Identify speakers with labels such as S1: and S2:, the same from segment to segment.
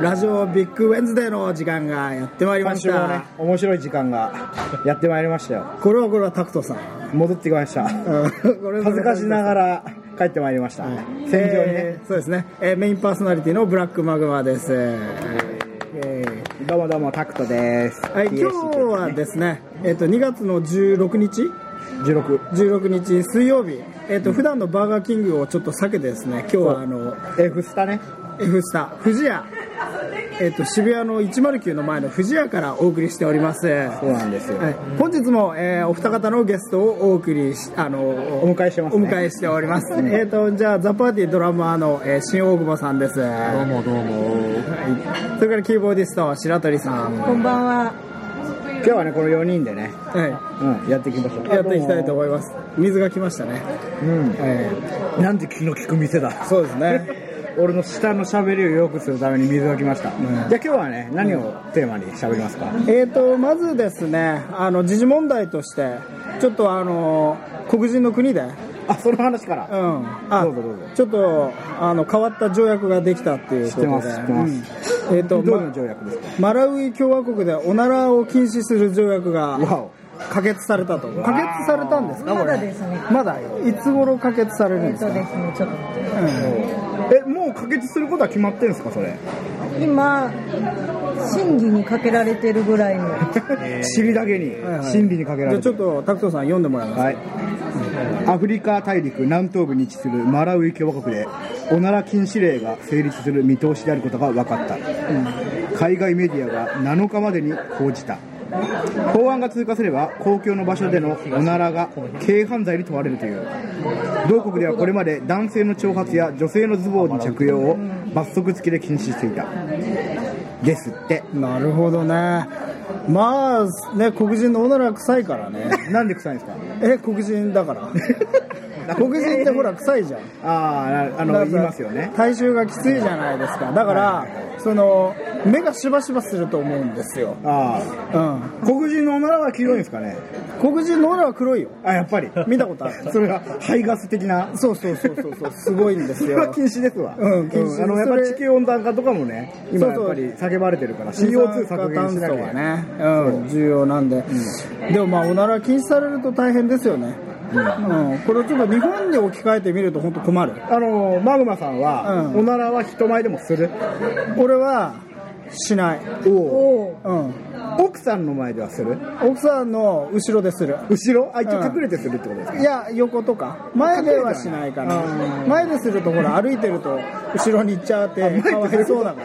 S1: ラジオビッグウェンズデーの時間がやってまいりま
S2: 今
S1: し
S2: 週も
S1: た、
S2: ね面白い時間がやってまいりましたよ
S1: これはこれはタクト さん
S2: 戻ってきました
S1: うんこれはこれは
S2: 恥ずかしながら帰ってまいりました、
S1: はい
S2: 戦場にね
S1: え、ーそうですね、えーメインパーソナリティのブラックマグマです、えー
S2: どうもどうもタクトです
S1: はい、今日はですね、えっと2月の16日
S2: 16
S1: 16日水曜日、えっと普段のバーガーキングをちょっと避けてですね今日はあの
S2: F スタね
S1: F スタ富士屋、えっと渋谷の109の前の富士屋からお送りしております、
S2: そうなんですよ、
S1: はい、本日も、えーお二方のゲストをお送りしあのお
S2: お迎えしてます
S1: お
S2: ね
S1: 迎えしております、えっとじゃあザ・パーティードラマーの、えー新大久保さんですどうもどうも、はい、それからキーボーディスト白鳥さん、
S3: こんばんは。
S2: 今日はねこの4人でね、
S1: は
S2: うん、やっていきましょう
S1: い、やっていきたいと思います水が来ましたね、
S2: うん
S1: え
S2: なんで気の利く店だ
S1: ーそうですね
S2: 俺の下の喋りを良くするために水が来ました、
S1: ん
S2: じゃあ今日はね何をテーマに喋りますか、
S1: えー、とまずですねあの時事問題としてちょっとあの黒人の国で、うん、
S2: あその話から、
S1: あ
S2: どうぞどうぞ
S1: ちょっとあの変わった条約ができたっていうことで
S2: 知ってます知ってま
S1: う
S2: す
S1: んえーと
S2: どういう
S1: ま
S2: 条約ですか
S1: マラウイ共和国でおならを禁止する条約
S2: わ
S1: が
S2: お
S1: 可決されたと可決されたんですかこれ
S3: まだですね
S1: まだいつ頃可決されるん
S3: え
S1: で
S3: っ
S1: す
S3: と
S1: か、
S3: ですね、ちょっ
S2: えもう可決することは決まってるんですかそれ
S3: と。今、審議にかけられてるぐらいの。
S2: 尻だけに
S1: はいはい
S2: 審理にかけられ
S1: じ
S2: て
S1: ゃあちょっと拓斗さん読んでもらえますか
S2: はいアフリカ大陸南東部に位置するマラウイ共和国でおなら禁止令が成立する見通しであることが分かった、海外メディアが7日までに報じた法案が通過すれば公共の場所でのおならが軽犯罪に問われるという同国ではこれまで男性の長髪や女性のズボンの着用を罰則付きで禁止していたですって
S1: なるほどねまあね黒人のおなら臭いからね
S2: なんで臭いんですか
S1: え黒人だから黒人ってほら臭いじゃん
S2: あーなあ
S1: だ
S2: の
S1: から
S2: 言いますよね
S1: 体臭がきついじゃないですかだからその目がしばしばすると思うんですよ、
S2: ああ
S1: うん、
S2: 黒人のおならは黄色いんですかね
S1: 黒人のオーラは黒いよ
S2: あやっ ぱり
S1: 見たことある
S2: それが排ガス的な
S1: そうそうそうそうそうすごいんです
S2: それは
S1: よ
S2: 禁止ですわ、
S1: うん禁止
S2: あのやっぱ
S1: それ
S2: 地球温暖化とかもね今
S1: そう
S2: や
S1: そう
S2: っぱり叫ばれてるから CO2 削減しなきゃいけ
S1: は
S2: ない
S1: ね、うん、重要なんで、でもまあおなら禁止されると大変ですよね、うんこれをちょっと日本で置き換えてみると本当困る
S2: あのマグマさんは、
S1: うん
S2: おならは人前でもする
S1: 俺はしない、
S2: お
S3: おう
S1: うん、
S2: 奥さんの前ではする
S1: 奥さんの後ろでする
S2: 後ろあ一応
S1: うん
S2: 隠れてするってことですか、
S1: いや横とか前ではしないかな前でするとほら歩いてると後ろに行っちゃってかわいそうだ か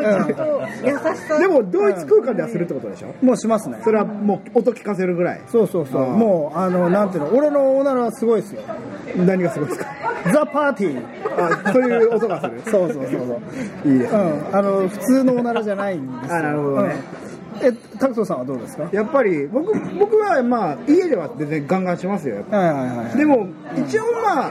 S1: ら、
S3: ちょっと優しさ。
S2: でも同一空間ではするってことでしょ、
S1: うん、もうしますね
S2: それはもう音聞かせるぐらい
S1: そうそうそう
S2: うん
S1: もうあのなんていうの俺のおならはすごいですよ
S2: 何がすごいですか
S1: ザ・パーティー
S2: あそういう音がする
S1: そうそうそうそう
S2: いいです
S1: う
S2: ね、
S1: ん、あの普通のおならじゃないんですよ。
S2: あなるほどね
S1: うん。え、タクトさんはどうですか。
S2: やっぱり僕僕はまあ家では全然ガンガンしますよやっぱ
S1: はいはいはい。
S2: でも一応まあ我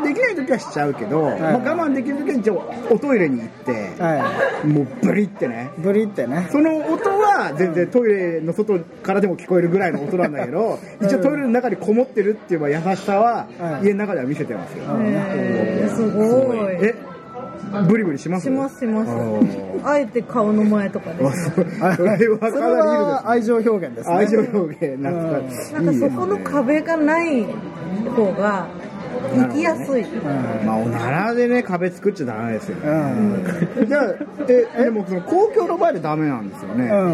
S2: 慢できない時はしちゃうけど、まあ、我慢できる時は一応おトイレに行って
S1: は
S2: もうブリってね
S1: い。ブリってね。
S2: その音は全然トイレの外からでも聞こえるぐらいの音なんだけど一応トイレの中にこもってるっていうまあ優しさは
S1: うん
S2: 家の中では見せてますよ、
S3: えーすごい。
S2: えブリブリします
S3: しますします
S2: あー。
S3: あえて顔の前とかで
S2: あ
S3: す。
S2: そそれはか
S1: それは
S2: な
S1: 愛情表現ですね。
S2: りいいですね愛情表現なんか
S3: なんかそこの壁がない方が、行きやすい。
S2: まあおならでね壁作っちゃダメですよね
S1: うん。
S2: じゃあ、え、でもその公共の場でダメなんですよね。
S1: うん。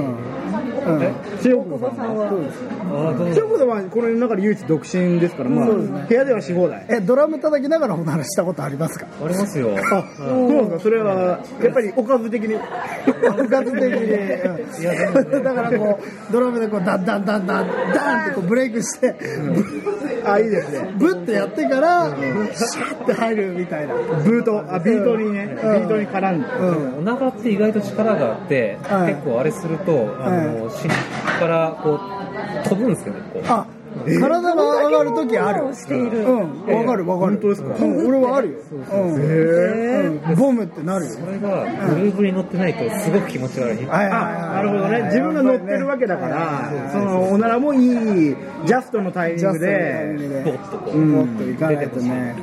S1: うん。
S2: 千代子さんは。千代子さんはこの中で唯一独身ですから、まあ、部屋ではし放題。
S1: え、ドラム叩きながらおならしたことありますか。
S4: ありますよ。
S2: あ、そうなんですか、それは、やっぱりおかず的に。
S1: 部活的に。うん だからこう、ドラムでこう、ダンダンダンダン、ダンってこうブレイクして。
S2: あ、いいですね。
S1: ブってやってから、シャーって入るみたいな。
S2: ブート、あ、ビートにね、ビ
S1: うん
S2: ートに絡んで。
S1: うん。
S4: お腹って意外と力があって、
S1: はい
S4: 結構あれすると、あの、尻からこう、飛ぶんですよね、こう。
S1: あ、体が上がる時ある
S3: をしている。
S1: うんわかるわかる
S5: 本当ですか
S1: うん俺はあるようんうんボムってなるよ
S4: それがグルーブに乗ってないとすごく気持ち悪い。
S1: はいはい
S2: あ
S1: は
S2: ないるほどね自分が乗ってるわけだからそのおならもいいジャストのタイミ
S1: ジ
S2: ン
S1: ャ
S2: グ
S1: スト
S2: で
S1: で
S4: ボッとこう。
S1: もっといかないとね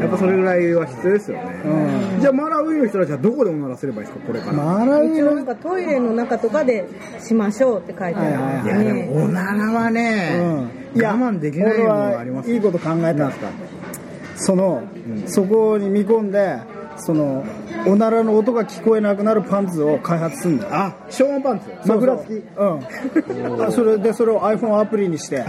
S2: やっぱそれぐらいは必要ですよ
S1: う
S2: ね
S1: ん
S2: じゃあマラウイの人たちはどこでおならすればいいですかこれから
S1: マラウイ
S3: 一
S1: の
S3: 応なんかトイレの中とかでしましょうって書いてあるん
S2: い
S3: で
S2: や
S3: す
S2: で
S3: ね。
S2: もおならはね
S1: いや
S2: 我慢できないものがあります
S1: 俺はいいこと考えたんですかその、そこに見込んでそのおならの音が聞こえなくなるパンツを開発すんだよ
S2: あショーンパンツ
S1: 枕
S2: 枕
S1: 付き
S2: 付き
S1: うんあそれでそれを iPhone アプリにして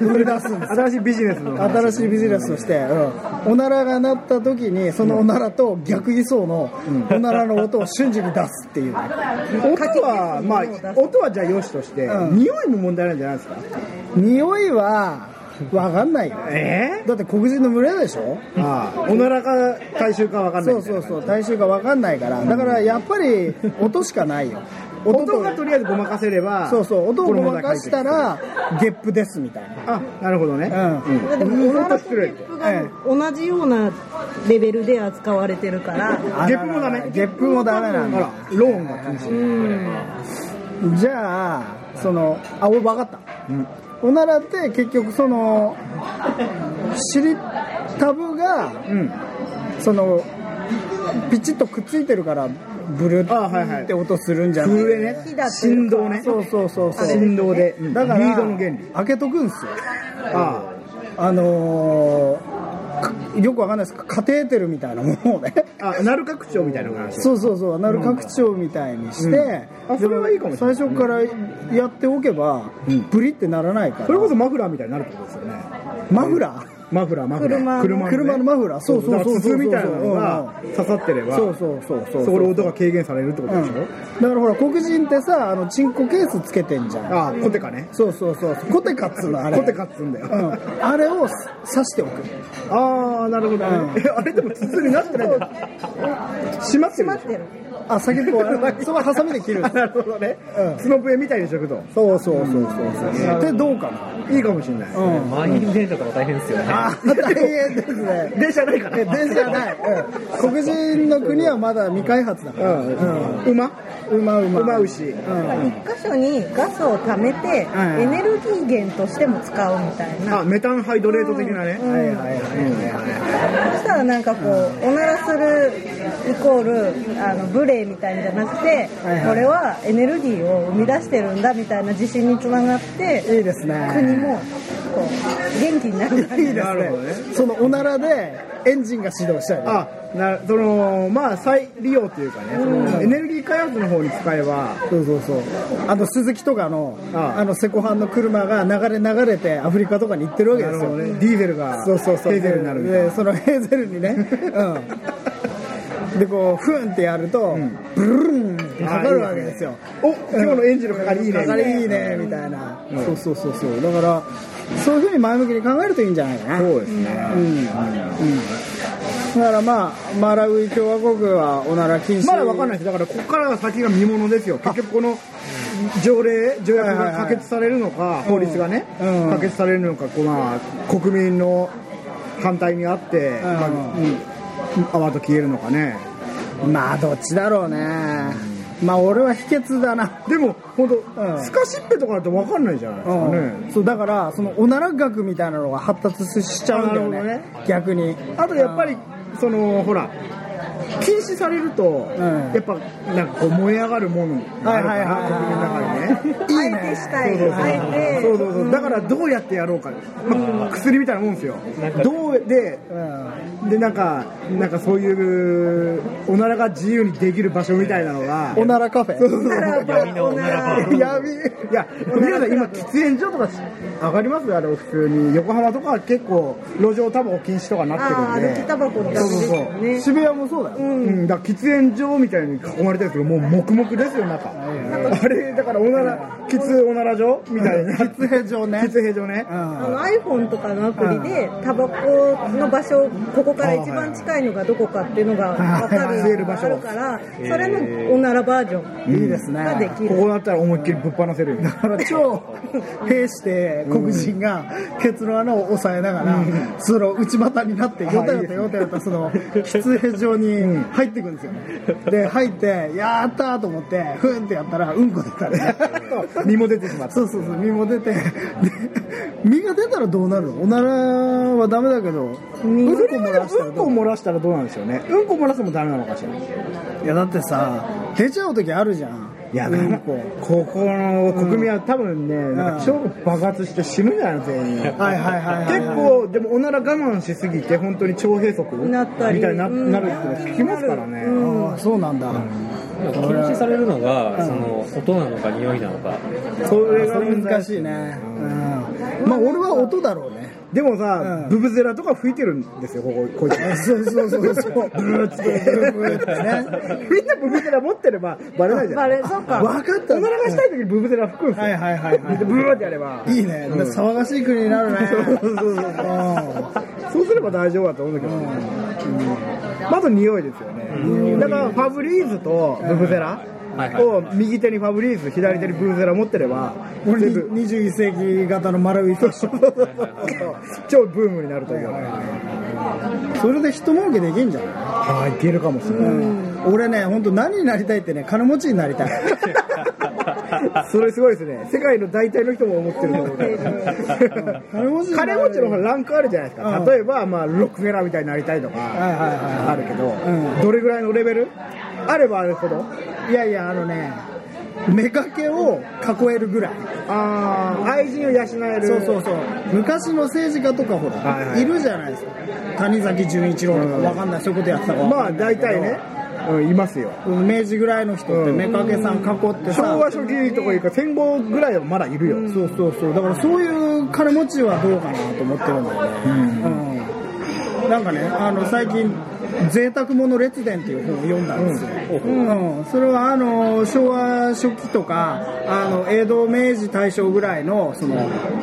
S1: 売り出すんです
S2: 新しいビジネスの話
S1: 新しいビジネスとして、うん、おならが鳴った時にそのおならと逆位相のおならの音を瞬時に出すっていう、
S2: 音はまあ音はじゃあ良しとして、
S1: うん
S2: 匂いも問題なんじゃないですか
S1: 匂いは分かんないよ
S2: え
S1: だって黒人の群れでしょ
S2: えああおならか大衆かわかんない
S1: そ
S2: み
S1: う
S2: たい
S1: そ
S2: な
S1: うそう体臭が分かんないからだからやっぱり音しかないよ音
S2: 音
S1: と
S2: がとりあえずごまかせれば
S1: そうそう音をごまかしたらゲップですみたい
S2: あなるほどね、
S1: なうん
S3: だっておならとゲップが同じようなレベルで扱われてるから、
S2: ゲップもダメ
S1: ゲップもダメなん
S2: ほら
S1: だ
S2: ローンが禁止
S1: じゃあそのあ俺分かった、おならって結局その尻タブが、そのピチッとくっついてるからブル
S2: あはいはい
S1: って音するんじゃない
S2: 震えね
S3: 火だって
S2: 振動ね
S1: そうそうそうそう
S2: 振動で
S1: だか
S2: リー
S1: ら
S2: ドの原理
S1: 開けとくんすよ
S2: あ
S1: あのーかよくわかんないですかカテーテルみたいなものをね
S2: ああなる拡張みたいな話
S1: そうそうそうアナル拡張みたいにして、
S2: うんあそれはいいかもしれない
S1: 最初からやっておけば、ブリってならないから
S2: それこそマフラーみたいになるってことですよね
S1: マフラー
S2: マフラーマフラー
S3: 車の
S2: ね
S1: 車のマフラーそうそうそうそう
S2: だから筒みたいなのが刺さってれば
S1: そうそうそうそう
S2: そこで音が軽減されるってこと
S1: う
S2: で
S1: ん
S2: しょ、
S1: だからほら黒人ってさあのチンコケースつけてんじゃん
S2: ああコテカね
S1: そうそうそうコテカっつうのあれ
S2: コテカっつうんだよ、
S1: うん、あれを刺しておく
S2: ああなるほど、
S1: うん
S2: えあれでも筒になってないんだ閉まって
S3: 閉
S2: る
S3: ま
S2: で
S3: っ
S2: して
S3: る。
S1: あ先 にこうそこハサミで切る
S2: ょあなるほどね、
S1: うん
S2: スノブエみたいにしとくと
S1: そうそうそうそうそうでどうかない
S2: いかもしれない、
S1: うん
S4: 満員電車とか大変ですよね。
S1: あ大変ですね
S2: 電車ないから
S1: え電車ない、うん、黒人の国はまだ未開発だか
S2: う
S1: ら、
S2: ん馬
S1: うまうま
S2: うま牛
S1: うん
S3: 一箇所にガスを溜めて
S1: うん
S3: エネルギー源としても使うみたいな。
S2: あメタンハイドレート的なね、
S1: はいはいはいは
S3: そしたらなんかこうおならするイコールあの無礼みたいんじゃなくて、
S1: はいはい
S3: これはエネルギーを生み出してるんだみたいな自信につながっ
S1: いい
S3: て
S1: いですね
S3: 国もこう元気になる
S1: いいですね
S2: なるほどね
S1: そのおならでエンジンが始動したり
S2: あなそのまあ再利用というかね、そのエネルギー開発の方に使えば
S1: そうそうそうあの鈴木とかの
S2: あ
S1: あのセコハンの車が流れ流れてアフリカとかに行ってるわけ
S2: な
S1: で
S2: る
S1: す
S2: ほ
S1: よ、
S2: どねディーゼルがヘ
S1: そうそうそう
S2: ーゼルになるみたいな
S1: でそのヘーゼルに ね、うん、でこうフンってやると、ブルーンってかかるわけですよ
S2: お今日のエンジンのかかりいいね
S1: かかりいいねみたいな、そうそうそうそうだからそういうふうに前向きに考えるといいんじゃないかな
S2: そうですね、
S1: だからまあマラウイ共和国はおなら禁止
S2: まだわかんないですだからここからが先が見ものですよ結局この条例条約が可決されるのか、法律がね、
S1: うん
S2: 可決されるのかこう、まあ、国民の反対にあって、
S1: ん
S2: まあうんあわと消えるのかね
S1: まあどっちだろうねまあ俺は秘訣だな
S2: でも本当、
S1: うん
S2: スカシッペとかだとわかんないじゃないですかね、
S1: そうだからそのおなら学みたいなのが発達しちゃうんだよ
S2: あ
S1: ね
S2: なるほ
S1: 逆に
S2: あとやっぱりそのほら禁止されると、
S1: ん
S2: やっぱなんかこう燃え上がるものがあるから
S1: はいはいはいはい
S2: 国民の中にね
S3: あえてしたいあえ
S2: そう
S3: て
S2: そうそうだからどうやってやろうか、まあ薬みたいなもんですよどうで
S1: うん
S2: でなんかなんかそういうおならが自由にできる場所みたいなのが
S1: おならカフェ
S3: おならおなら
S2: やべえいや皆さん今喫煙所とか上がりますあれ普通に横浜とかは結構路上タバコ禁止とかな
S3: あ
S2: って
S3: あ
S2: るん
S3: 歩
S2: で
S3: きタバコってダメですよね
S1: 渋谷もそうだよ
S2: うん、だから喫煙所みたいに囲まれてるんですけどもう黙々ですよ中、
S3: ななと
S2: あれだからおならきつおなら状みたいなきつへ状ねきつへ状ね
S3: あの iPhone とかのアプリでタバコの場所ここから一番近いのがどこかっていうのが分かる
S2: 教える場所
S3: あるからそれのおならバージョン
S1: いいですね
S3: ができ
S2: こ
S3: る
S2: こだったら思いっきりぶっ放せるよ
S1: だから超兵して黒人がケツの穴を押さえながら、その内股になってよたよたよたよたその喫煙所に入ってくんですよねで入ってやったーと思ってふんってやったらうんこ出たね
S2: 身も出てしまった
S1: そうそうそう身も出てで身が出たらどうなるのおならはダメだけどうんこ漏らしたら
S2: うん
S1: ど
S2: こ
S1: う
S2: 漏らしたらどうなんでしょうねうんこ漏らしてもダメなのかしらい
S1: いやだってさ出ちゃう時あるじゃん
S2: や
S1: う
S2: だ
S1: ん
S2: こここの国民は多分ね、なんか超爆発して死ぬんじゃないの全員
S1: はいはいはいはい、
S2: 結構でもおなら我慢しすぎて本当に腸閉塞み
S3: なった
S2: たい
S3: り
S2: にな
S3: うん
S2: なるって聞きますからね、
S1: ああそうなんだ、
S4: 禁止されるのが、その、音なのか匂いなのか。
S2: それが
S1: それ難しいね、うんまあ俺は音だろうね
S2: でもさ、
S1: うん
S2: ブブゼラとか吹いてるんですよこここいつ
S1: そうそうそうそうブーツブーブーってね
S2: みんなブブゼラ持ってればバレないじゃ
S3: あ
S2: ん
S3: れそうか
S1: 分かった
S2: おならがしたい時にブブゼラ吹くんですよ、
S1: はいはいはいは
S2: でブーってやれば
S1: いいいね、騒がしい国になるね
S2: そうそうそうそうすれば大丈夫だと思うんだけど、うんまず匂いですよねだからファブリーズとブブゼラ
S4: はいはい
S2: を右手にファブリーズ左手にブブゼラ持ってれば
S1: うん俺
S2: 全
S1: に
S2: 部
S1: 21世紀型のマラウイと一緒
S2: 超ブームになるという
S1: それで人儲けできんじゃん
S2: あいけるかもしれない
S1: 俺ね本当何になりたいってね金持ちになりたい
S2: それすごいですね世界の大体の人も思ってると思うから
S1: 金持ちにな
S2: 金持ちのほらランクあるじゃないです
S1: う
S2: か
S1: ん
S2: 例えばまあロックフェラーみたいになりたいと
S1: はい
S2: か
S1: はいはい
S2: あるけど
S1: うん
S2: どれぐらいのレベルあればあるほど
S1: いやいやあのね目かけを囲えるぐらい
S2: ああ愛人を養える
S1: そうそうそう昔の政治家とかほら、
S2: はい
S1: い
S2: はい
S1: るじゃないですか谷崎潤一郎とかわかんないそういうことやってたから
S2: まあ大体ね、うん、いますよ
S1: 明治ぐらいの人って
S2: うん
S1: 目かけさん囲ってさ、
S2: 昭和初期とかいうか戦後ぐらいはまだいるよ、
S1: そうそうそうだからそういう金持ちはどうかなと思ってるんだよねうん、なんかねあの最近「贅沢者列伝」っていう本を読んだんですよ、うんそれはあの昭和初期とかあの江戸明治大正ぐらいのその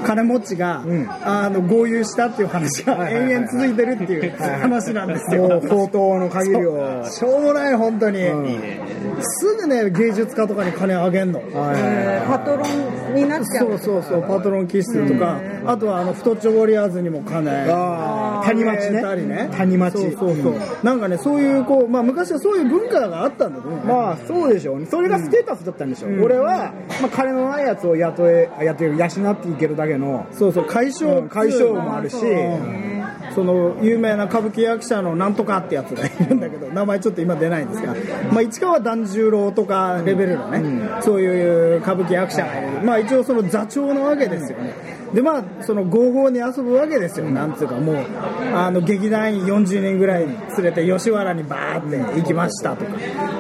S1: 金持ちが、
S2: ん
S1: あの豪遊したっていう話が
S2: いはいはい
S1: 延々続いてるっていう話なんです
S2: もう
S1: よ
S2: 宝刀の限りを
S1: しょうもない本当に、すぐね芸術家とかに金あげんの
S3: えーパトロンになっちゃ
S1: そううそうそうパトロン気質とか、あとはあの太っちょウォリアーズにも金
S2: あー谷町ね
S1: あげたりね
S2: 谷町
S1: そうそうそう、なんかねそういうこうまあ昔はそういう文化があったんだと思う、
S2: まあそうでしょうねそれがステータスだったんでしょう、俺は、まあ、金のないやつを雇えあ雇える養っていけるだけの
S1: そうそう解消、
S2: 解消もあるし、
S1: その有名な歌舞伎役者のなんとかってやつがいるんだけど名前ちょっと今出ないんですが、まあ、市川團十郎とかレベルのね、そういう歌舞伎役者がいる、まあ、一応その座長のわけですよね、でまあその合法に遊ぶわけですよ、なんつうかもうあの劇団員40人ぐらい連れて吉原にバーって行きましたとか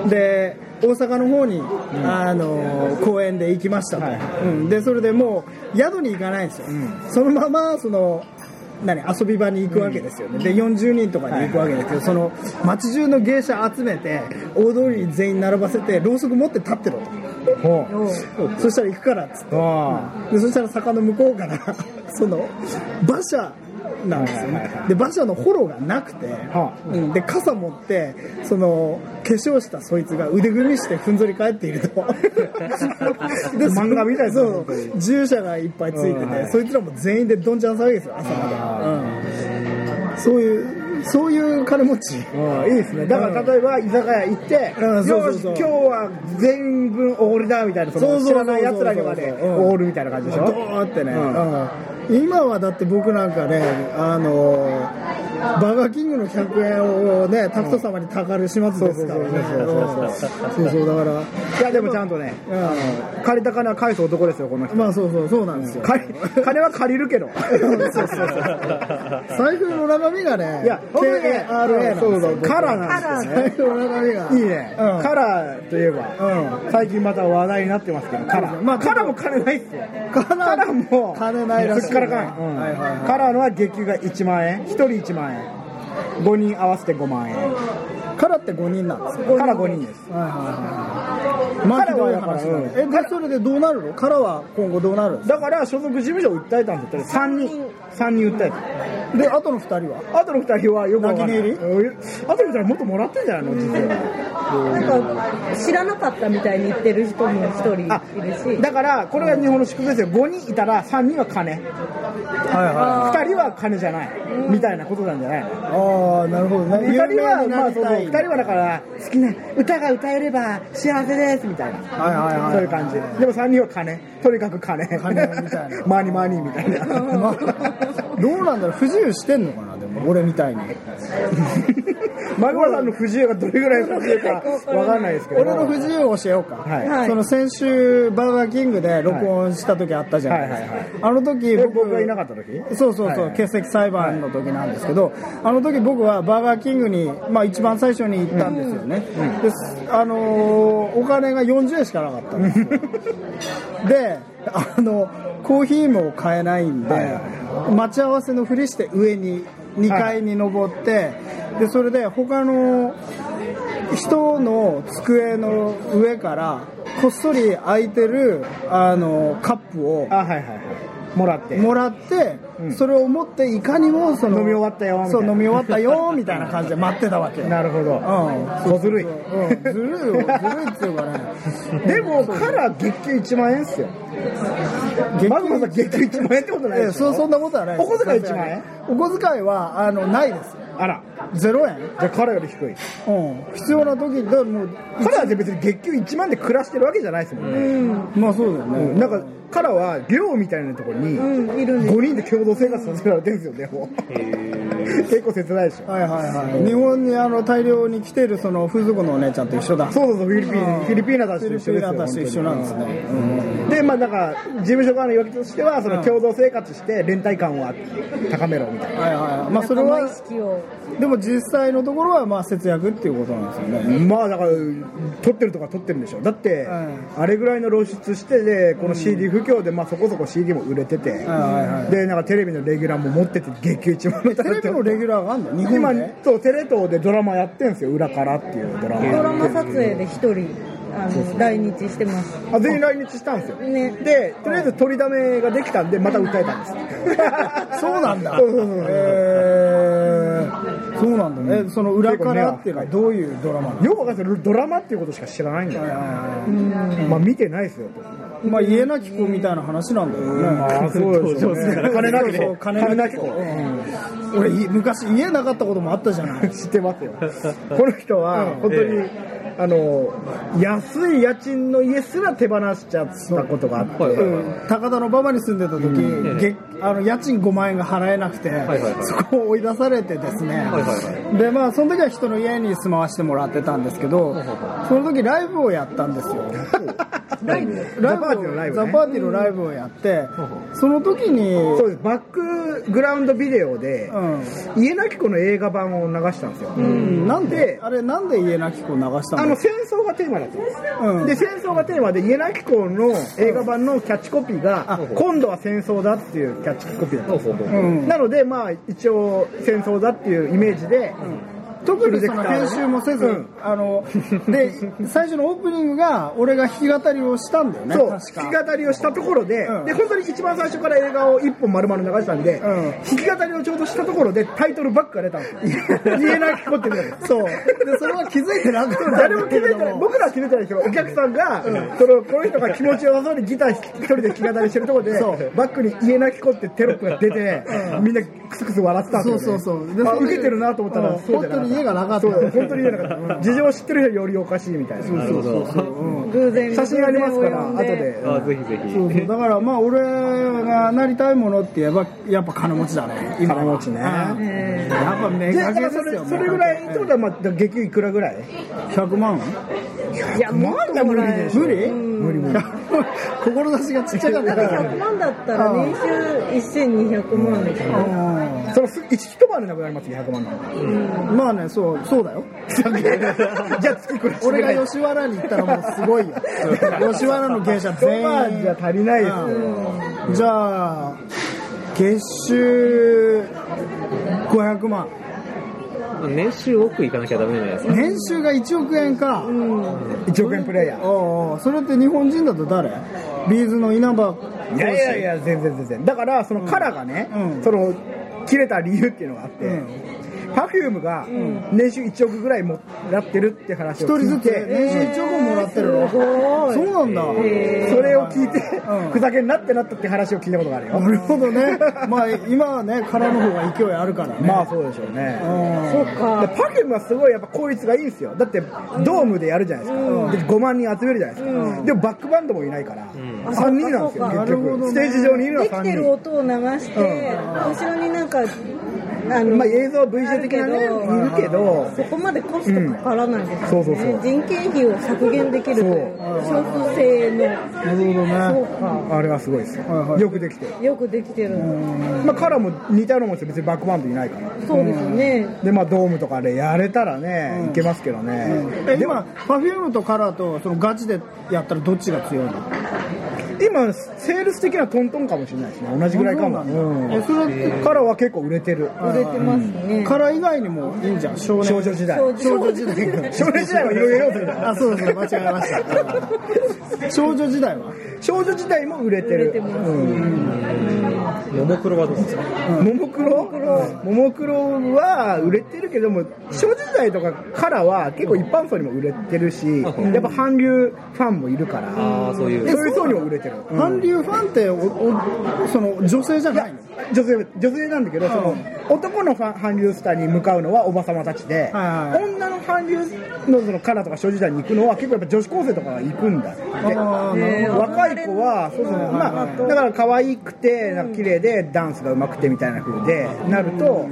S1: で大阪の方に、あの公園で行きましたと、うん、でそれでもう宿に行かないんですよ、そのままその何遊び場に行くわけですよね、で40人とかに行くわけですけど、その街中の芸者集めて大通りに全員並ばせてろうそく持って立ってろ
S2: ほう
S1: とそしたら行くからっつって
S2: あ
S1: でそしたら坂の向こうから その馬車なんですよ
S2: はいはいはい
S1: ね
S2: は
S1: で馬車のホロがなくて、
S2: はあ
S1: うんで傘持ってその化粧したそいつが腕組みしてふんぞり返っていると で
S2: 漫画みたいですね
S1: そう従者がいっぱいついてて、
S2: うんはい
S1: そいつらも全員でどんちゃん騒ぎですよ朝まで、うん、そういうそういう金持ち
S2: ああいいですねだから例えば居酒屋行って、
S1: うんそうそう
S2: よし
S1: そう
S2: 今日は全軍オールだみたいなそ
S1: そう
S2: の
S1: そう
S2: 知
S1: そうそう
S2: らないやつらにまで
S1: うん
S2: オールみたいな感じでしょ
S1: ドーってね、
S2: うん
S1: うん今はだって僕なんかねあのーバーガーキングの100円をねタクト様にたかる始末ですからねそうそうだから
S2: いやでもちゃんとね借りた金は返す男ですよこの
S1: う
S2: 人
S1: んまあそうそうそうなんですよ
S2: 借り金は借りるけど
S1: 財布の中身がね
S2: いや本当にね
S1: KRA
S2: そうそうそうカラー
S3: カ
S2: なん
S3: ラ
S2: で
S1: 財
S2: すよね
S3: ーで
S1: 布の中身が
S2: いいね、
S1: うん
S2: カラーといえば、最近また話題になってますけどカラー、まあ、カラーも金ないっすよカラーも
S1: 金ないらしい
S2: すっからかん、うん
S1: はいはいはい
S2: カラーのは月給が1万円1人1万円5人合わせて5万円
S1: カラって5人なんですよ
S5: から5人です
S1: はいはいはいカラはやからえでそれでどうなるのカラは今後どうなるんです
S2: だから所属事務所を訴えたんだったら3人3人訴えた
S1: かであとの2人は
S2: あとの2人はよくわかんない
S1: 泣き
S2: うんあとの2人もっともらってんじゃないの実は
S3: なんか知らなかったみたいに言ってる人も一人
S2: あ
S3: いるし
S2: だからこれが日本の宿命ですよ5人いたら3人は金2
S3: あー
S2: 人は金じゃないみたいなことなんじゃないの
S1: ああなるほどね
S2: 2人はまあそうそう
S1: はい
S2: 二人はだから好きな歌が歌えれば幸せですみたいな
S1: はいはい
S2: そういう感じでも3人は金とにかく金
S1: 金みたいな
S2: マーニーマーニーみたい
S1: ま
S2: な
S1: あどうなんだろう不自由してんのかなでも俺みたいに
S2: マグマさんの不自由がどれぐらい不自由かわかんないですけど
S1: 俺の不自由を教えようか、
S2: はい
S3: はい
S1: その先週バーガーキングで録音した時あったじゃないですか、
S2: はいはい
S1: あの時
S2: え
S1: 僕
S2: 僕がいなかった時
S1: そうそう
S2: はい
S1: そう、
S2: はい
S1: 欠席裁判の時なんですけど、あの時僕はバーガーキングに、まあ、一番最初に行ったんですよね、ですあのーお金が40円しかなかったんですよであのコーヒーも買えないんで、
S2: はいは
S1: 待ち合わせのふりして上に2階に登って、でそれで他の人の机の上からこっそり空いてるあのカップを
S2: あはいはいはいもらって
S1: もらって、それを持っていかにもその
S2: 飲み終わったよみたいな
S1: そう飲み終わったよ みたいな感じで待ってたわけ
S2: なるほど
S1: うん
S2: 小ずるい
S1: うんずるいよずるいっつうか ね
S2: でもカラー月給1万円っすよマグマさん月給1万円ってことない
S1: え
S2: で
S1: え
S2: すよ
S1: そそんなことはないです
S2: お小遣い1万円
S1: お小遣いはあのないです
S2: あら
S1: 0円
S2: じゃあカラーより低い
S1: うん必要な時でもう
S2: カラーって別に月給1万で暮らしてるわけじゃないですもんね、
S1: まあそうだよね、
S2: なんかカラーは寮みたいなところに
S3: うんいるんです
S2: 5人で共同生活させられてるんですよねもう結構切ないでしょ
S1: はいはいはい、日本にあの大量に来てるその風俗のお姉ちゃんと一緒だ
S2: そうそうそうフィリピンフィリピーナたち
S1: フィ
S2: と
S1: リ
S2: 一
S1: ピ
S2: 緒
S1: ンの
S2: ですよ
S1: 私と一緒なんですね、
S2: でまあなんか事務所側の言い訳としてはその共同生活して連帯感を高めろみたいな、
S1: はいはいはいまあそれ
S3: 仲間
S1: は
S3: 意識を
S1: でも実際のところはまあ節約っていうことなんですよね
S2: まあだから取ってるとか取ってるんでしょだって、
S1: う
S2: あれぐらいの露出してでこの CD 不況でまあそこそこ CD も売れてて、
S1: はいはい
S2: でなんかテレビのレギュラーも持ってて月給1万円
S1: テレビのレギュラーがあるの日
S2: 今
S1: 本で
S2: そうテレ東でドラマやってんですよ裏からっていうドラマ
S3: ドラマ撮影で一人あの来日してます
S2: あ全員来日したんですよ、
S3: ね
S2: でとりあえず取りだめができたんでまた訴えたんです
S1: そうなんだ
S2: そうそうそうそう
S1: えーそうなんだねその裏からっていうのはどういうドラマなの
S2: よくわかんないですよドラマっていうことしか知らないんだよ、まあ見てないですよ
S1: まあ家なき子みたいな話なんだよね
S2: あそう でしょうね金なき
S1: そうそ
S2: 子
S1: う金なき子俺い昔家なかったこともあったじゃない
S2: 知ってますよこの人は本当に、
S4: え
S2: あの安い家賃の家すら手放しちゃったことがあって、
S4: はいはいはい
S1: 高田の馬場に住んでた時、
S4: ん
S1: げあの家賃5万円が払えなくて、
S4: いはいはい
S1: そこを追い出されてですね、
S4: いはい
S1: でまあその時は人の家に住まわしてもらってたんですけど、その時ライブをやったんですよ
S3: ライブ
S2: ザパーティーのライブね
S1: ザパーティーのライブをやって、その時に、
S2: そうですバックグラウンドビデオで、家なき子の映画版を流したんですよ、
S1: うん、なんで
S2: で
S1: あれなんで家なき子を流したんだ
S2: あの
S1: っ
S2: 戦争がテーマだったんです、
S1: うん
S2: で戦争がテーマで家なき子の映画版のキャッチコピーが「今度は戦争だ」っていうキャッチコピーだったん
S4: ほ
S2: で
S4: うほうほう
S1: け、うん、
S2: すなのでまあ一応戦争だっていうイメージで、
S1: 特に
S2: プ
S1: そ
S2: ロジェク
S1: の
S2: ターでね
S1: 編集もせず、
S2: うん
S1: あ ので最初のオープニングが俺が弾き語りをしたんだよね
S2: そう弾
S1: 確か
S2: き語りをしたところで,、
S1: うん
S2: で本当に一番最初から映画を一本丸々流したんで、
S1: うん
S2: 弾き語りをちょうどしたところでタイトルバックが出たんですよ言えなき子って言うんだけど
S1: そうでそれは気づいてなかったんだけ
S2: 誰
S1: ど
S2: も気づいてない僕らは気づいてないけどお客さんが、そのこの人が気持ちよさそうにギター一人で弾き語りしてるところで
S1: そう
S2: バックに「家なき子」ってテロップが出て、みんなクスクス笑ってたんです
S1: そ
S2: よ、
S1: う
S2: ね、
S1: そうそう。
S2: あ
S1: それ
S2: 受けてるなと思ったら
S1: うん
S2: そう
S1: 本当に
S2: じゃなかった
S1: 家がなかった。
S2: そう本当に言えなかった事情を知ってる人はよりおかしいみたいな
S4: なるほど
S3: 偶然
S2: 写真ありますから
S3: 偶
S2: 後
S3: 然を呼ん
S2: で
S4: あぜひぜひ
S1: そうそうだからまあ俺がなりたいものって言えばやっぱ金持ちだね。今は
S2: 金持ちね
S1: うん
S3: え
S1: やっぱ目
S2: でだ
S1: が
S2: か
S1: け
S2: ら
S1: で
S2: そ
S1: す
S2: れ
S1: よ。
S2: それぐらいってことは、まあ、月給いくらぐらい
S1: 100万
S3: ーいやもっともらえる
S1: 無理無理無理。 志がちっちゃかったから。
S3: 100万だったら年収1200万ですか
S2: そのす一一晩でなくなりますよ100万なんで
S1: うんまあね、そう、そうだよ。
S2: じゃあ月暮らし
S1: 俺が吉原に行ったらもうすごいよ。 吉原の芸者全
S2: 1
S1: 員。
S2: 万じゃ足りないですよ、
S1: うんじゃあ月収500万
S4: 年収奥行かなきゃダメじゃないですか。
S1: 年収が1億円か、
S2: 1億円プレイヤー
S1: ああそれって日本人だと誰ビーズの稲葉
S2: いやいやいや全然全然だからそのカラがね、
S1: うん
S2: その切れた理由っていうのがあって、パフュームが年収1億ぐらいもらってるって話
S1: 一
S2: を
S1: 人
S2: 聞
S1: ず
S2: い
S1: つ
S2: て、
S1: 年収1億円もらってるの、そうなんだ、
S2: それを聞いて、
S1: うん
S2: ふざけんなってなったって話を聞いたことがあるよ、
S1: なるほどねまあ今はね殻の方が勢いあるからね
S2: まあそうでしょうね、
S1: うん
S3: そう
S2: で
S3: か
S2: パフュームはすごいやっぱ効率がいいんですよだってドームでやるじゃないですか、で5万人集めるじゃないですか、でもバックバンドもいないから、
S4: ん
S2: 3人なんですよ
S1: そ
S2: 結
S3: あそうか
S1: うかなるほど
S2: 局、
S1: ね
S2: ステージ上にいるのは
S3: でき
S2: 3
S3: て
S2: 人
S3: る音を流して、後ろになんかあの
S2: まあ、映像は VJ 的なねいるけど
S3: そこまでコストかからないですよね、
S2: うんそうそうそう
S3: 人件費を削減できるという消費性の
S1: なるほど
S3: そ
S1: ね
S3: うか
S2: あれはすごいですよ、
S1: はいはい
S2: よくできてる、
S3: よくできてる、
S2: まあ、カラーも似たようなもんですよ別にバックバンドいないから
S3: そうですね、
S2: でまあドームとかでやれたらね、
S1: うん
S2: いけますけどね、
S1: え今パフュームとカラーとそのガチでやったらどっちが強いの
S2: 今セールス的なトントンかもしれないしね同じぐらいかも、うん
S1: えそれって
S2: カラーは結構売れてる
S3: 売れてますね、
S1: カラー以外にもいいんじゃん少年
S2: 少女時代
S3: そう
S1: 少女時代
S2: 少年時代はいろいろ要素だ
S1: あそうですね間違えました 少女時代は
S2: 少女時代も売れてる
S3: 売れてます
S4: ももクロはどうですか
S2: ももクロももクロは売れてるけども少女時代とかからは結構一般層にも売れてるしやっぱ韓流ファンもいるから
S4: ああ、そういう。
S2: そういう層にも売れてるうん
S1: 韓流ファンっておおその女性じゃないの
S2: 女性女性なんだけどその男のファン韓流スターに向かうのはおばさまたちで
S1: はいはい
S2: 女の韓流のそのカラーとか少女時代に行くのは結構やっぱ女子高生とかが行くんだって
S1: あーなる
S3: えー
S2: 若い子はそうそうまあだから可愛くてなんか綺麗でダンスが上手くてみたいな風でなると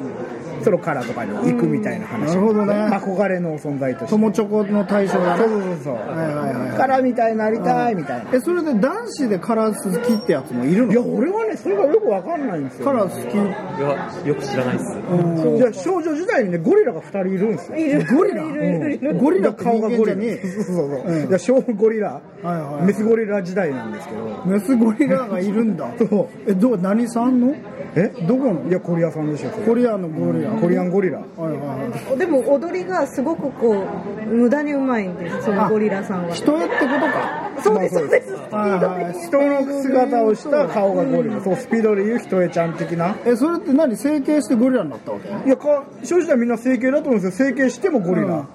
S2: ソロカラーとかに行くみたいな話
S1: なるほどね
S2: 憧れの存在として
S1: 友チョコの対象だ
S2: そう
S1: ね
S2: そうそうそう
S1: はいはいはい
S2: カラーみたいになりたいみたいな
S1: えそれで男子でカラー好きってやつもいるの
S2: いや俺はねそれがよくわかんないんですよ
S1: カラー
S4: いや、よく知らないっす。
S2: いや少女時代にねゴリラが2人いるんですよ
S3: いる
S1: ゴリラ
S3: いるいるいる
S1: 好きゴリラって
S2: 顔が
S1: 人間
S2: ゴ
S1: じゃ
S2: リラ
S1: ねえ
S2: そうそうそう、いや小ゴリラ、
S1: はいはい
S2: メスゴリラ時代なんですけど
S1: メスゴリラがいるんだ
S2: そう
S1: えどう何さんの
S2: え
S1: どこの
S2: いやコリアさんでしょそれ
S1: コリアのゴリラ、
S2: コリアンゴリラ
S1: はいはいはい
S3: でも踊りがすごくこう無駄にうまいんですそのゴリラさんは
S1: 人絵ってことか
S3: そうですそうです
S1: はいはい
S2: 人の姿をした顔がゴリラそうスピードで言う人エちゃん的な
S1: えそれって何整形してゴリラになったわけ
S2: いやか少女時代みんな整形だと思うんですよ整形してもゴリラ、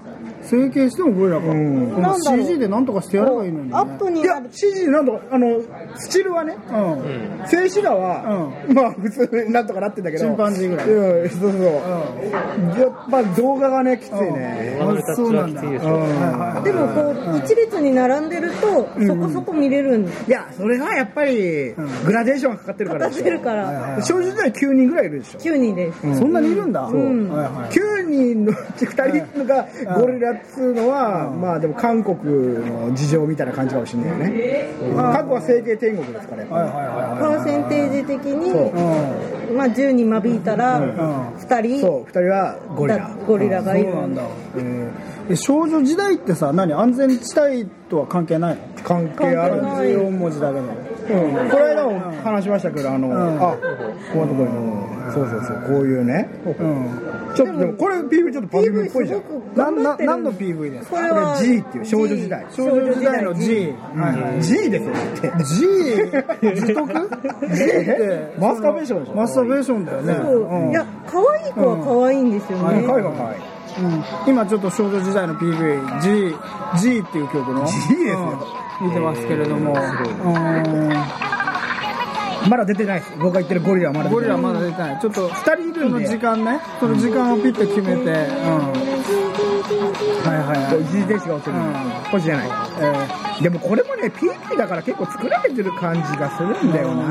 S1: 整形してもゴリラか、
S2: ん
S1: この CG でなんとかしてやればいいのに、ね、
S3: アップ
S2: い
S3: にな
S2: や
S3: る
S2: CG なんとかあのスチルは
S1: う
S2: ね
S1: ん
S2: 静止画は、まあ普通になんとかなってんだけど
S1: チンパンジーぐらい
S2: うんそうそう、やっぱ動画がねきついね、
S4: あのタッチはきついでしょ。
S3: でもこう一列に並んでるとそこそこ見れるんです
S2: いやそれはやっぱり、グラデーションがかかってるから
S3: 立
S2: ですしょ
S3: てるから
S2: 少女時代9人ぐらいいるでしょ
S3: 9人です
S1: そんなにいるんだ、
S2: ん
S1: はいはい
S2: 9人のうち2人がゴリラっつうのは、まあでも韓国の事情みたいな感じかもしれないよね、韓国は整形天国ですからやっぱり、
S3: パーセンテージ的にまあ10人間引いたら2
S2: そう
S3: 人
S2: 2人はゴリラ
S3: だゴリラがいる
S1: なんだ、え少女時代ってさ何安全地帯とは関係ないの
S2: 関係あるんですよ
S1: 4文字だけで
S2: うんこの間も話しましたけど、あの、あ、こういうとこに、そうそうそう、こういうね。ちょっと、でも、これ、PV ちょっとパフューム
S3: PV
S2: っぽいじ
S3: す
S2: ゃん
S3: ご。く
S1: 何
S3: 頑張
S1: な
S3: ってる
S1: 何の PV ですか
S3: これは
S2: これ G っていう少女時代
S3: G
S1: 少女時代の G
S2: G ですよ、だって。
S1: G 自得 G って
S2: マスターベーションでしょ
S1: マスターベーションだよね、
S3: そういや可愛い子は可愛いんですよね
S2: はいはい。
S1: うん今ちょっと少女時代の PV G G っていう曲の G
S2: ですよ
S1: 見てますけれども、
S2: まだ出てないです。僕が言ってるゴリラはま
S1: う
S2: だ
S1: ん
S2: 出
S1: ゴ
S2: て
S1: リ
S2: ない。
S1: ラまだ出てないちょっと
S2: 2人いる
S1: その
S2: ん
S1: 時
S2: で、
S1: 間ねその時間をピッと決めて、うん、はいはいはい、
S2: 一時停止が落ちる
S1: うん。
S2: こっちじゃない。
S1: え
S2: でもこれもね、PV だから結構作られてる感じがするんだよな。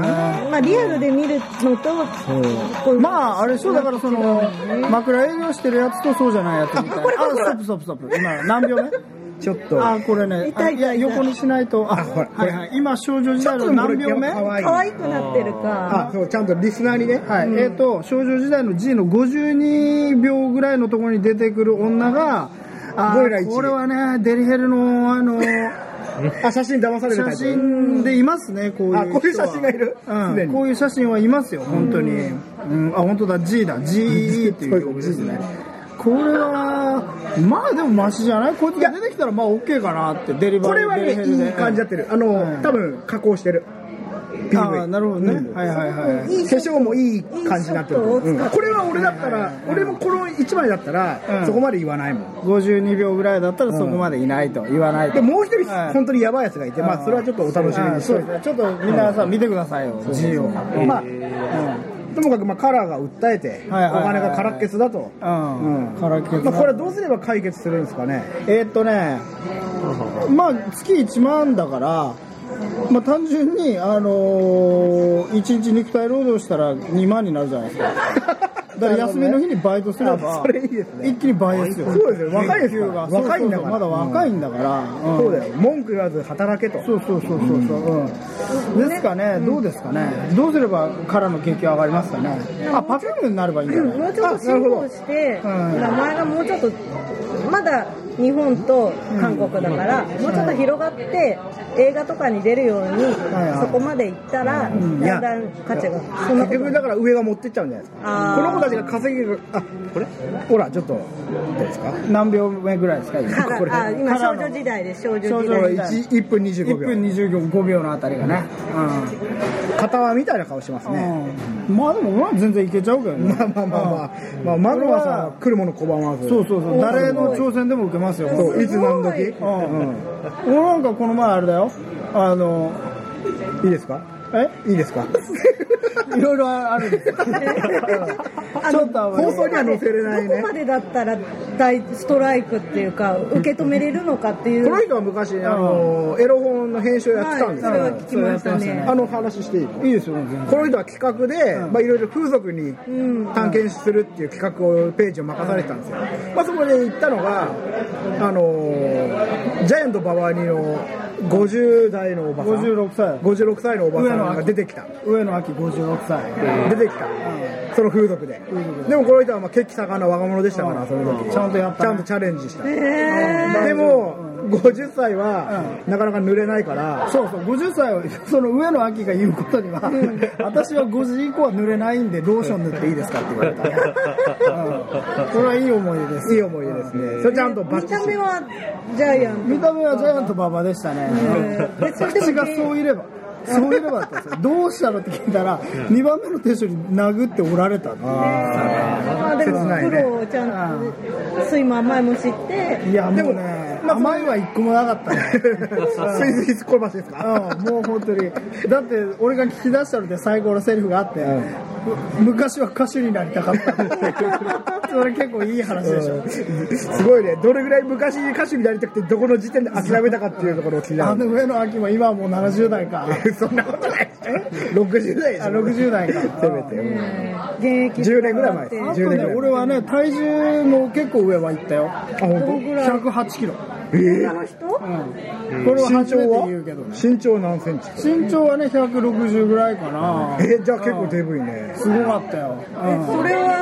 S3: まあリアルで見るのとこ
S1: ー
S3: う
S1: まああれでしょだからその枕営業してるやつとそうじゃないやつみたいなあ
S3: これこれこれ
S1: ストップストップストップ今何秒目
S2: ちょっと。
S1: あこれね
S3: 痛い痛い
S1: あや横にしないとあ
S2: あほら
S1: はいはい今少女時代の何秒目
S2: ちょっとこれ可愛い
S3: 可愛くなってるか
S2: あ、そう、ちゃんとリスナーにね。
S1: はい、えっ、と少女時代の G の52秒ぐらいのところに出てくる女があー
S2: ゴリラ一位
S1: これはねデリヘルの あの
S2: あ、写真騙されるタ
S1: 写
S2: イプ。
S1: 真でいますねこういう人は
S2: あこういう写真がいる
S1: うん
S2: すでに
S1: こういう写真はいますよ本当に、うんあ本当だ G だ GE っていう曲ですねここれはまあでもマシじゃないこいつが出てきたらまあ OK かなってデリバ
S2: こ
S1: リ
S2: れ
S1: ー
S2: はね
S1: デリヘルで
S2: いい感じやってるあの、
S1: はい
S2: 多分加工してる
S1: ああなるほどね、
S2: うん
S1: はいはいはい、
S2: 化粧もいい感じになってる、
S3: いいショットを使って
S2: うんこれは俺だったら、俺もこの1枚だったら、
S1: うん
S2: そこまで言わないもん
S1: 52秒ぐらいだったらそこまでいないと、言わないと
S2: でもう一人、
S1: はい
S2: 本当にヤバいやつがいて、まあ、それはちょっとお楽しみ
S1: あ
S2: にし
S1: そ
S2: て
S1: うですねちょっとみんなさ、見てくださいよ G を
S2: まあ、ともかくまあカラーが訴えて、お
S1: はいはいはい
S2: 金が空っ欠だと、
S1: うん、
S2: うん
S1: カラオケ
S2: まあ、これはどうすれば解決するんですかね
S1: えーっとね、まあ、月1万だから、まあ、単純に、あのー、1日肉体労働したら2万になるじゃない ですか。だから休みの日にバイトすれば、
S2: あそれいいですね
S1: 一気に倍ですよ。
S2: そうですよ若いですよ
S1: 給が
S2: 若いん
S1: そ
S2: だ
S1: うそうそう
S2: から
S1: まだ若いんだから。うん
S2: そうだよ文句言わず働けと
S1: そうそうそうそうそう、うん、ですかね、どうですかね、どうすればからの景気は上がりますかね、あパフュームになればいいんじゃない、
S3: もうちょっと辛抱して、
S1: あなるほどうん
S3: 名前がもうちょっとまだ日本と韓国だから、もうちょっと広がって映画とかに出るように、
S1: いはい
S3: そこまで行ったら、
S2: いや
S3: だんだん価値がそんな
S2: 結
S3: こ
S2: 局
S3: と
S2: だから上が持ってっちゃうんじゃないですか
S3: あー
S2: この子たちが稼ぎるあこれほらちょっとどうですか
S1: 何秒目ぐらいですか、今
S3: か
S1: これ
S3: らあ今少女時代で少女
S1: 少
S3: 時
S1: 女
S3: 代
S1: 時代
S2: 1, 分
S1: 1
S2: 25
S1: 分
S2: 秒
S1: 25秒のあたりがね、
S2: 片輪みたいな顔してます
S1: うん
S2: ね
S1: うんまあでも俺は全然いけちゃうけどね
S2: まあまあまあまあ、まあ、まずはさ来るもの拒まず
S1: そうそうそう誰の挑戦でも受けますよ
S2: そうういつ何時、
S3: す
S1: ん
S2: うん
S1: 俺なんかこの前あれだよあの
S2: いいですか
S1: え
S2: いいですか
S1: いろいろあるんですよちょっとあまり
S2: 放送には載せれない
S3: どこ
S2: ね
S3: までだったら大ストライクっていうか受け止めれるのかっていう
S2: この人は昔あのエロ本の編集をやってたんですよ、
S3: はいそれは聞きましたね
S2: あの話していいの
S1: いいですよ全然
S2: この人は企画で、まあ、いろいろ風俗に探検するっていう企画をページを任されてたんですよ、まあ、そこで行ったのが、あのージャイアント馬場にの50代のおばさん
S1: 56歳
S2: 56歳のおばさんが出てきた
S1: 上野明56歳
S2: 出てきた、その風俗ででもこの人はまあ血気盛んな若者でしたから、その時
S1: ちゃんとやったね
S2: ちゃんとチャレンジした、
S3: え
S2: でも、50歳は、なかなか濡れないから、
S1: そうそう50歳をその上野明が言うことには私は5時以降は濡れないんでローション塗っていいですかって言われた、うん、それはいい思い出です
S2: いい思い出ですね、それちゃんと
S3: ー
S2: バッ
S3: 見
S2: チ
S3: た
S2: し
S3: 目はジャイアン
S1: 見た目はジャイアント馬場でしたね、
S3: トでそれ
S1: 口
S3: でも
S1: がそういればそういればだったんです よどうしたのって聞いたら2番目の店主に殴っておられたっていう
S3: まあでも
S2: 切ないね
S3: 苦労をちゃんと酸いも甘いも知って
S1: いやもうね甘いは一個もなかったね
S2: スイスイ突っ込みましですか
S1: うんもう本当にだって俺が聞き出したので最後のセリフがあって、昔は歌手になりたかったそれ結構いい話でしょ、
S2: すごいね、どれぐらい昔歌手になりたくて、どこの時点で諦めたかっていうところを聞いた
S1: あ
S2: んで
S1: の上野明も今はもう70代 か
S2: そんなことないですね、60代でしょ、
S1: あ60代か
S2: せめて、
S3: 現役
S2: 10年ぐらい前です
S1: あ
S2: ね、
S1: と
S2: 10年
S1: ね
S2: ぐ
S1: 俺
S2: らい
S1: はね体重も結構上はいったよ
S2: 前、あ
S3: ど
S2: 本
S3: のぐらい
S1: 108キロ、
S3: 女の人
S1: これ
S2: 当
S1: は初
S2: 身
S1: めて
S2: 長は
S1: 言うけどね
S2: 身長何センチ
S1: 身長はね160ぐらいか な
S2: え、じゃあ結構デブいね、
S1: すごかったよ、うん
S3: それは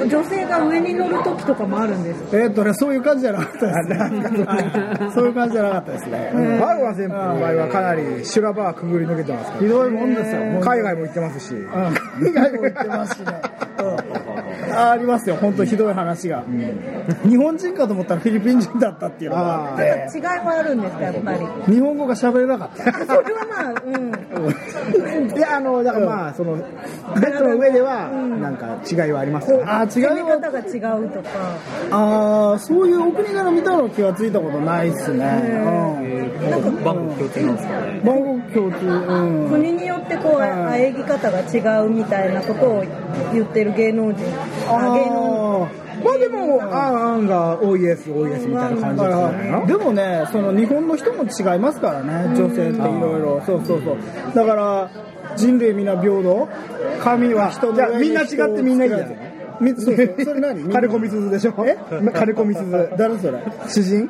S3: 女性が上に乗る時とかもあるんです
S1: えーっとねそういう感じじゃなかったですね はいそういう感じじゃなかったですね
S2: バウアー先輩の場合はかなり修羅場はくぐり抜けてますか
S1: ひどいもんですよ
S2: ら、海外も行ってますし、
S1: 海外も行ってますしね、うんあありますよ本当ひどい話が、日本人かと思ったらフィリピン人だったっていうのがあっ
S2: あ
S1: て
S3: 違いはあるんですかやっぱり
S1: 日本語が喋れなかった
S3: それはまあうん
S2: いや、あの、だからまあ、そ の、ベッドの上では、なんか違いはありますよね
S1: ああ違
S3: 攻
S1: う
S3: め
S1: よ
S3: 方が違うとか
S1: ああそういうお国柄みたいなの気がついたことないっすね、うん
S4: なんかバンク共通なんですかね。
S1: バンコク共通、うん、
S3: 国によってこうあえぎ方が違うみたいなことを言ってる芸能人あ芸能
S1: あ
S2: まあでも、あんあんが、おいえす、おいえすみたいな感じ
S1: ー
S2: だったんじゃない
S1: はい
S2: の
S1: でもねその日本の人も違いますからね女性っていろいろそうそうそうだから人類皆平等神は人の
S2: じゃあ
S1: 上に
S2: みんな違
S1: 人を
S2: ってみんないいじゃん
S1: 作らずみそうそうそれ何
S2: 金子みすずでしょえ 金子みすず。
S1: 誰それ
S2: 詩人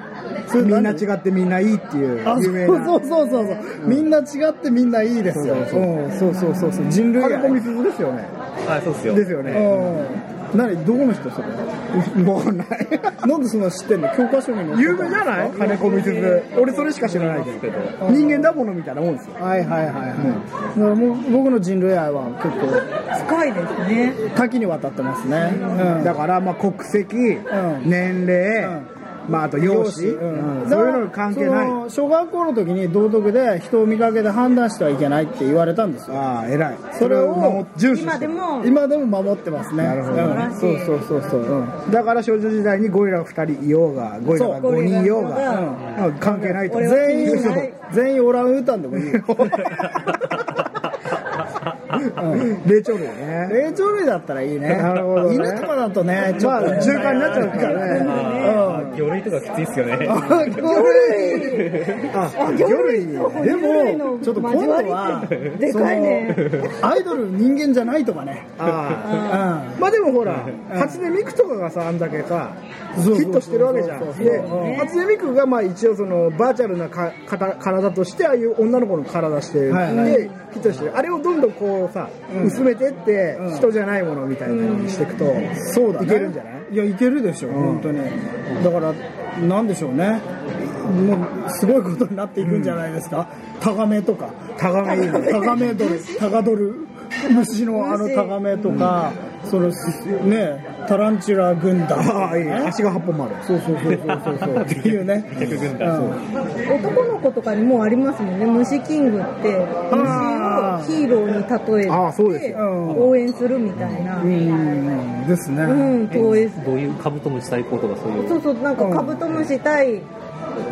S2: みんな違ってみんないいっていう
S1: あ
S2: 有名な。
S1: そうそうそうそう、みんな違ってみんないいですよ
S2: そうそう
S1: うんそうそうそうそう人類
S2: 金
S1: や
S2: 子みすずですよね。
S4: あそうっすよ
S2: ですよね
S1: うん何どこの人それ
S2: もうない
S1: なんでそんな知ってんの教科書にも
S2: 有名じゃない金子みつつ俺それしか知らないけ
S4: ですけ
S2: ど
S4: ど
S2: 人間だものみたいなもんですよ
S1: はいはいはいはい、だからもう僕の人類愛は結構
S3: 深いですね
S1: 多岐にわたってますね、うん
S2: だからまあ国籍、
S1: ん
S2: 年齢、まああと容姿、
S1: うん
S2: うんそういうのに関係ない
S1: その小学校の時に道徳で人を見かけて判断してはいけないって言われたんですよ
S2: ああ偉い
S1: それを
S2: 守っ重視
S3: 今
S2: して
S3: で
S2: る
S3: も
S1: 今でも守ってますね
S2: なるほど
S1: うん
S3: 素晴らしい
S1: そうそうそうそう、うん
S2: だから少女時代にゴリラが2人いようがゴリラが
S3: そう
S2: 5人いよう
S3: ゴリ
S2: が
S3: ラが
S2: うん関係ないと
S3: 俺は
S1: 全員
S3: そう
S1: 全員オランウータンでも いいよ
S2: 霊長類ね
S1: 霊長類だったらいいね
S2: なるほどね
S1: 犬とかだとねちょ
S2: ま
S1: っ
S2: あ
S1: と、
S2: 中間になっちゃうからね
S4: あー魚類とかきついっすよね
S2: あ魚類にね
S1: で
S3: 類の
S1: もちょっと今度は
S3: 交わりってでかいね
S1: そのアイドル人間じゃないとかね
S2: あ
S1: うん
S2: あまあでもほら初音ミクとかがさあんだけさヒ
S1: そうそうそう
S2: ットしてるわけじゃ
S1: そうんそう
S2: で
S1: うん
S2: 初音ミクがまあ一応そのバーチャルなかかた体としてああいう女の子の体してで
S1: はいはい
S2: ヒットしてるあれをどんどんこうさ薄めてって人じゃないものみたいなのにしていくと
S1: そうだね
S2: いけるんじゃない
S1: いやいけるでしょ、本当にだからなんでしょうねもうすごいことになっていくんじゃないですか、タガメとか
S2: タガメいいね
S1: タガメドルタガドル虫のあのタガメとか、そのすねタランチュラ軍団
S2: ああいいね足が8本もある
S1: そうそうそうそうそう そうっていうね
S4: 逆軍
S1: う
S4: 団
S1: ん
S3: 男の子とかにもうありますもんね虫キングって虫をヒーローに例えて
S2: あーそうですよ
S3: 応援するみたいな
S1: うんですね、
S3: うん投影
S4: どういうカブトムシ最高とかそう い
S3: そううそうなんかカブトムシ対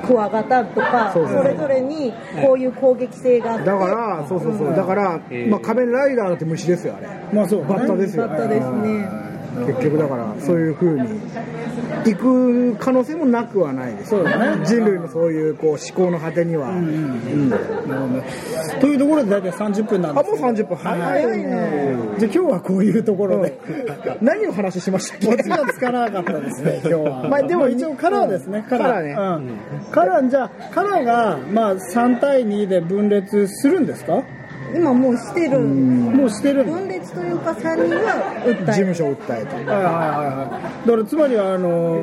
S3: クワガタとかそれぞれにこういう攻撃性があって
S2: だからそうそうそうだから
S4: えー
S2: まあ仮面ライダーだって虫ですよあれ
S1: まあそう
S2: バッタですよ
S3: だったですね
S2: 結局だからそういう風に行く可能性もなくはないです
S1: そうだね
S2: 人類のそういうこう思考の果てには、うん
S1: というところで大体30分なん
S2: あ
S1: で
S2: もう
S1: す
S2: 30分早いね
S1: じゃあ今日はこういうところで
S2: 何を話しましたっ
S1: こっ
S2: け
S1: ちがつかなかったです ね、今日は。
S2: まあでも
S1: 一応カラーですね、カラー。
S2: カ
S1: ね。カラー、じゃあ、カラーが、まあ、3対2で分裂するんですか
S3: 今もうしてる
S1: もうしてるのはい
S3: 分裂というか3人が
S2: 事
S3: 訴え
S2: 務
S3: る
S2: 所を訴えた
S1: はいはいはい。だから、つまりは、あの、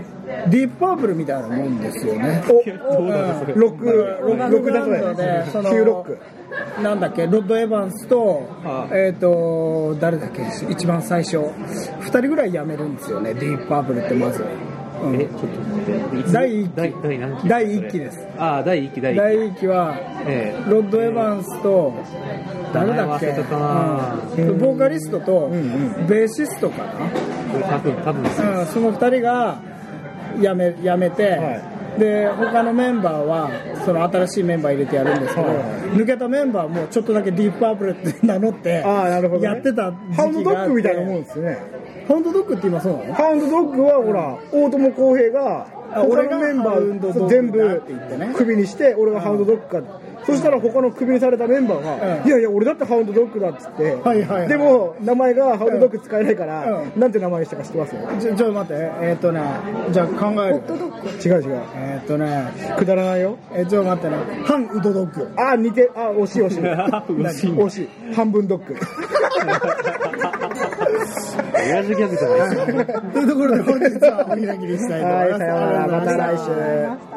S1: ディープパープルみたいなもんですよね。
S4: どうなのそれ
S2: ロックロックロックだ
S1: バンド
S2: と
S1: で
S2: ね
S1: その
S2: 旧ロック
S1: なんだっけロッド・エヴァンスと
S4: ああ
S1: えっ、と誰だっけ一番最初2人ぐらい辞めるんですよねディープ・パープルってまず、うん
S4: えちょっと待っていつ
S1: 第一期
S4: 第第何期
S1: 第一期です
S4: ああ第一期第一期
S1: 第1期は
S4: ええ
S1: ロッド・エヴァンスと誰だっけ、
S4: 名前忘れちゃったな
S1: うんボーカリストとベーシストか
S4: これ多分多分です
S1: な、うん、その2人が辞め辞めて、で他のメンバーはその新しいメンバー入れてやるんですけど、抜けたメンバーもちょっとだけディープパープルって名乗って
S2: ああなるほど、ね、
S1: やってた
S2: ハウンドドッグみたいなも
S1: ん
S2: んですね
S1: ハウンドドッグって今そうなの
S2: ハウンドドッグはほら、大友康平が
S1: あ
S2: 他
S1: 俺が
S2: のメンバ
S1: ハウンド
S2: ー
S1: ドッグだ
S2: を全部
S1: って言ってね
S2: クビにして俺がハウンドドッグかそしたら他のクビにされたメンバーが、
S1: うん
S2: いやいや俺だってハウンドドッグだっつって、
S1: はいはいはい
S2: でも名前がハウンドドッグ使えないから、
S1: う
S2: なんて名前にしたか知ってます違
S1: ちょちょっと待ってえっ、とねじゃあ考え
S3: ホ
S1: る
S3: ットドッグ
S2: う違う
S1: えっ、とね
S2: くだらないよ
S1: えちょっと待ってね反ウドドッグ
S2: あー似てあー惜しい 惜しい
S4: 惜しい
S2: 惜しい半分ドッグ
S4: 親父ギャグじゃないですか
S1: というところで本日はお開きにしたいと思います。
S2: はいさようならまた来週
S3: ありがとうございました